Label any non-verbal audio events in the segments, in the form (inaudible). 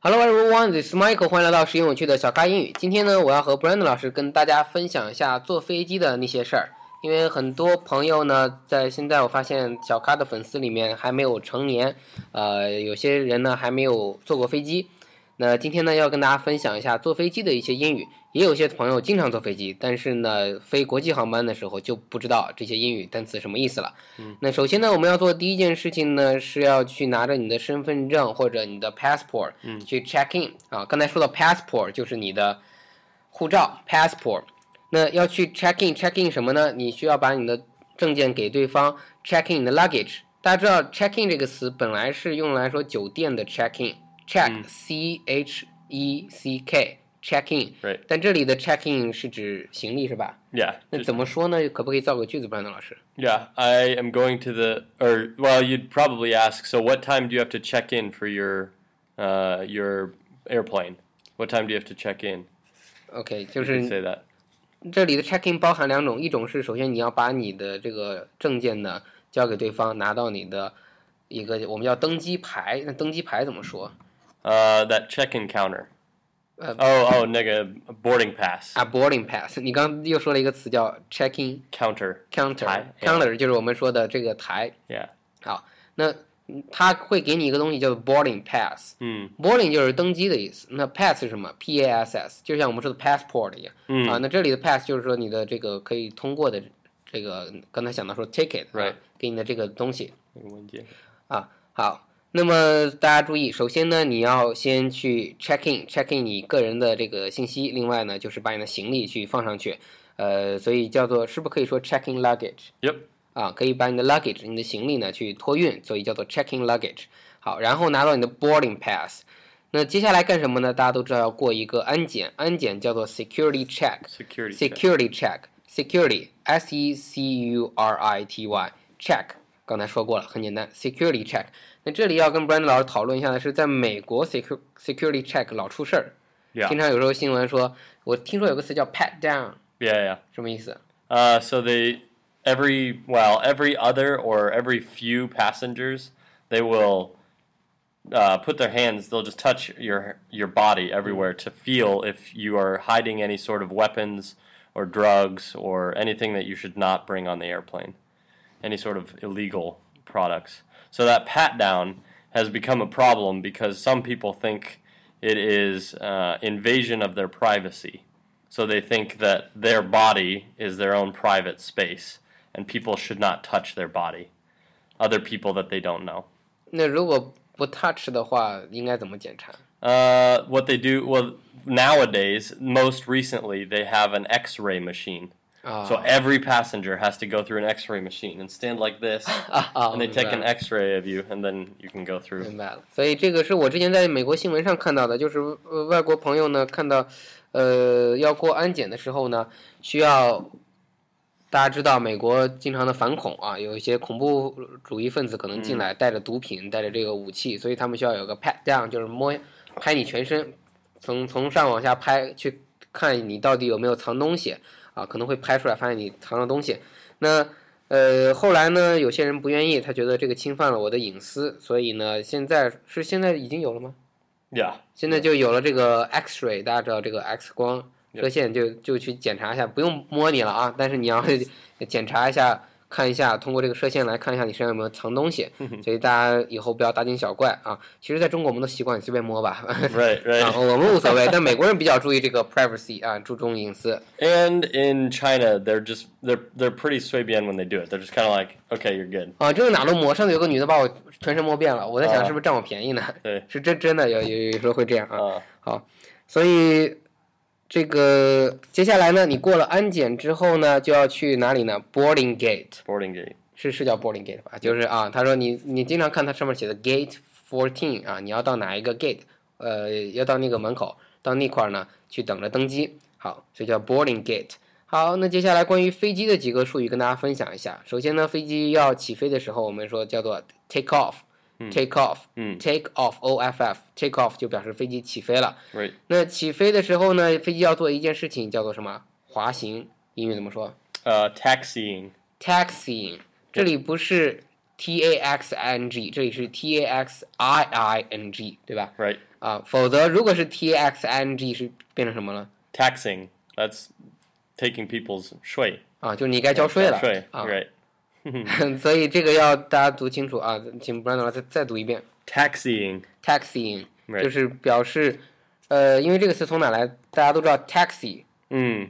Hello everyone, this is Michael，欢迎来到实用有趣的小咖英语。今天呢，我要和 Brandon 老师跟大家分享一下坐飞机的那些事儿。因为很多朋友呢，在现在我发现小咖的粉丝里面还没有成年，呃，有些人呢还没有坐过飞机。那今天呢，要跟大家分享一下坐飞机的一些英语。也有些朋友经常坐飞机，但是呢，飞国际航班的时候就不知道这些英语单词什么意思了。那首先呢，我们要做的第一件事情呢，是要去拿着你的身份证或者你的 passport，嗯，去 check in 啊。刚才说到 passport 就是你的护照 passport，那要去 check in check in 什么呢？你需要把你的证件给对方 check in 你的 luggage。大家知道 check in 这个词本来是用来说酒店的 check in，check、c h e c k check in， Right. 但这里的 check in 是指行李是吧？ Yeah. 那 just- 怎么说呢？可不可以造个句子，班长老师？ yeah. I am going to the or well, you'd probably ask. So, what time do you have to check in for your uh, your airplane? What time do you have to check in? OK，就 You 是 could say that. 这里的 check in 包含两种，一种是首先你要把你的这个证件呢交给对方，拿到你的一个我们叫登机牌。那登机牌怎么说 Uh, that check-in counter. Uh, oh, oh, nigga, boarding pass 啊？boarding pass。你刚又说了一个词叫 check in counter. counter 台哎 counter，就是我们说的这个台。 Yeah. 好，那他会给你一个东西叫做 boarding pass。嗯 boarding 就是登机的意思，那 pass 是什么？P A S S，就像我们说的 passport 一样、嗯啊。那这里的 pass 就是说你的这个可以通过的这个，刚才想到说 ticket，、 Right 啊、给你的这个东西那个文件。啊。好，那么大家注意，首先呢，你要先去 check in check in 你个人的这个信息，另外呢，就是把你的行李去放上去，呃，所以叫做是不是可以说 check in luggage？ Yep. 啊，可以把你的 luggage 你的行李呢去托运，所以叫做 check-in luggage。好，然后拿到你的 boarding pass。那接下来干什么呢？大家都知道要过一个安检，安检叫做 security check。 Security. check. security check security s e c u r i t y check 刚才说过了，很简单，security check。那这里要跟 Brand 老师讨论一下的是，在美国 secur security check 老出事儿， Yeah. 经常有时候新闻说，我听说有个词叫 pat down， Yeah. Yeah. 什么意思？ Uh, so they every well every other or every few passengers they will uh, put their hands. They'll just touch your your body everywhere to feel if you are hiding any sort of weapons or drugs or anything that you should not bring on the airplane, any sort of illegal products. So that pat down has become a problem because some people think it is uh, invasion of their privacy. So they think that their body is their own private space, and people should not touch their body, other people that they don't know. 那如果不 touch 的话，应该怎么检查？ Uh, what they do, well, nowadays, most recently, they have an x ray machine. 啊 So every passenger has to go through an x ray machine and stand like this, 啊啊！ and they 明白 take 了 an x ray of you, and then you can go through. 明白了，所以这个是我之前在美国新闻上看到的，就是呃外国朋友呢看到，呃，要过安检的时候呢，需要，大家知道美国经常的反恐啊，有一些恐怖主义分子可能进来带着毒品，带着这个武器，所以他们需要有个 pat down，就是摸拍你全身，从从上往下拍去看你到底有没有藏东西啊，可能会拍出来发现你藏了东西，那。呃，后来呢，有些人不愿意，他觉得这个侵犯了我的隐私，所以呢，现在是现在已经有了吗？ Yeah. 现在就有了这个 X-ray，大家知道这个 X 光射线就就去检查一下，不用摸你了啊，但是你要 (laughs) 检查一下，看一下，通过这个射线来看一下你身上有没有藏东西，嗯所以大家以后不要大惊小怪啊。其实，在中国我们都习惯你随便摸吧， Right, 啊， right. 我们无所谓，但美国人比较注意这个 privacy 啊，注重隐私。 And in China, they're just they're they're pretty sui bien when they do it. They're just kind of like, okay, you're good. 啊，真的哪都摸。上次有个女的把我全身摸遍了，我在想啊是不是占我便宜呢？对是真真的有有有时候会这样啊。 Uh, 好，所以这个接下来呢，你过了安检之后呢，就要去哪里呢？Boarding gate boarding gate. 是是叫 boarding gate 吧？就是啊，他说你你经常看它上面写的 gate fourteen 啊，你要到哪一个 gate？呃，要到那个门口，到那块儿呢去等着登机。好，所以叫 boarding gate。好，那接下来关于飞机的几个术语跟大家分享一下。首先呢，飞机要起飞的时候，我们说叫做 take off，take off，take 嗯 off，o f f，take off 就表示飞机起飞了。 Right. 那起飞的时候呢，飞机要做一件事情，叫做什么？滑行，英语怎么说 Uh, taxiing. ？Taxiing。这里不是 t a x i n g，这里是 t a x i i n g，对吧？ right? 啊，否则如果是 t a x i n g 是变成什么了？ Taxing. That's taking people's shui. 啊，就是你该交税嗯了 Shui. 啊。(laughs) Right. 所以这个要大家读清楚啊，请 Brandon 老师再再读一遍 Taxing. taxiing， Right. 就是表示，呃，因为这个词从哪来？大家都知道 taxi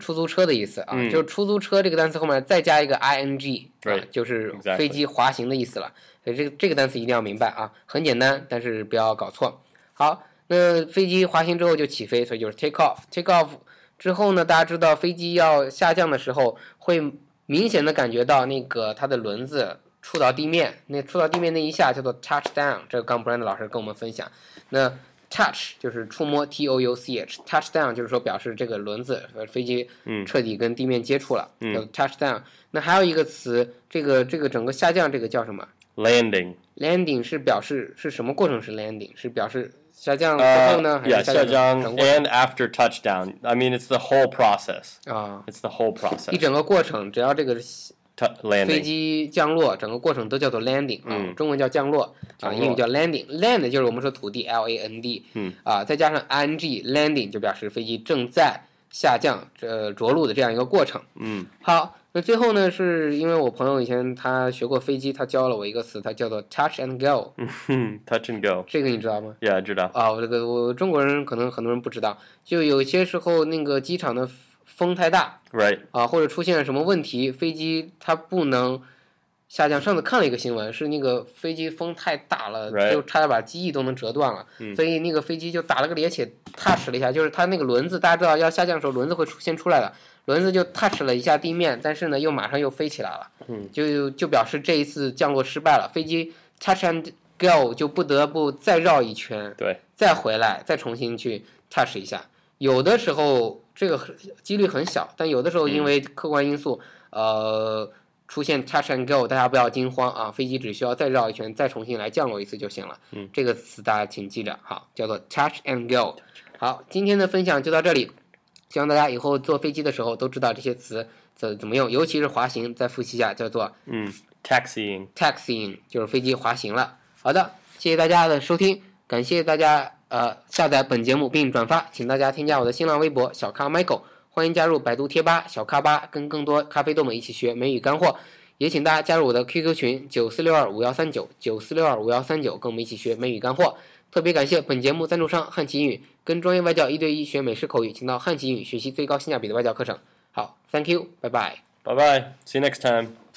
出租车的意思啊，嗯就是出租车这个单词后面再加一个 i n g，、啊 Right，，就是 exactly 飞机滑行的意思了。所以这个这个单词一定要明白啊，很简单，但是不要搞错。好，那飞机滑行之后就起飞，所以就是 take off。take off 之后呢，大家知道飞机要下降的时候，会明显的感觉到那个它的轮子触到地面，那触到地面那一下叫做 touch down。这个刚 Brand 老师跟我们分享，那 touch 就是触摸 t o u c h touch down 就是说表示这个轮子呃飞机嗯彻底跟地面接触了，叫 touch down。那还有一个词，这个这个整个下降这个叫什么 landing. ？landing 是表示是什么过程是 landing？是表示下降之后呢还 Uh, yeah, 是呃下降的 Xiaojiang 整个过 and after touchdown. I mean, it's the whole process. 程啊？ It's the whole 一 (laughs) process. 整个过程，只要这个 Tou- 飞 landing. 机降落，整个过程都叫做 landing 啊，嗯中文叫降落啊，降落英语叫 landing。land 就是我们说土地 L A N D，嗯啊，再加上 i n g landing 就表示飞机正在下降呃着陆的这样一个过程。 Mm. 好，那最后呢，是因为我朋友以前他学过飞机，他教了我一个词，它叫做 touch and go，嗯 Hmm. Touch and go. 这个你知道吗？ Yeah, 知道.啊，我这个我中国人可能很多人不知道，就有些时候那个机场的风风太大， Right. 啊，或者出现了什么问题，飞机它不能下降。上次看了一个新闻，是那个飞机风太大了 Right 嗯就差点把机翼都能折断了。所以那个飞机就打了个趔趄，touch 了一下，就是它那个轮子，大家知道要下降的时候轮子会出先出来的，轮子就 touch 了一下地面，但是呢又马上又飞起来了，嗯就就表示这一次降落失败了，飞机 touch and go 就不得不再绕一圈。对。再回来，再重新去 touch 一下。有的时候这个几率很小，但有的时候因为客观因素，呃，出现 touch and go，大家不要惊慌啊，飞机只需要再绕一圈，再重新来降落一次就行了。嗯，这个词大家请记着，好，叫做 touch and go。好，今天的分享就到这里，希望大家以后坐飞机的时候都知道这些词怎怎么用，尤其是滑行，再复习一下，叫做 Mm. Taxiing. taxiing，就是飞机滑行了。好的，谢谢大家的收听，感谢大家呃下载本节目并转发，请大家添加我的新浪微博小咖 Michael，欢迎加入百度贴吧小咖吧，跟更多咖啡豆们一起学美语干货。也请大家加入我的 QQ 群九四六二五幺三九九四六二五幺三九，跟我们一起学美语干货。特别感谢本节目赞助商汉奇英语，跟专业外教一对一学美式口语，请到汉奇英语学习最高性价比的外教课程。好，Thank you，拜拜。 Bye bye. See you next time.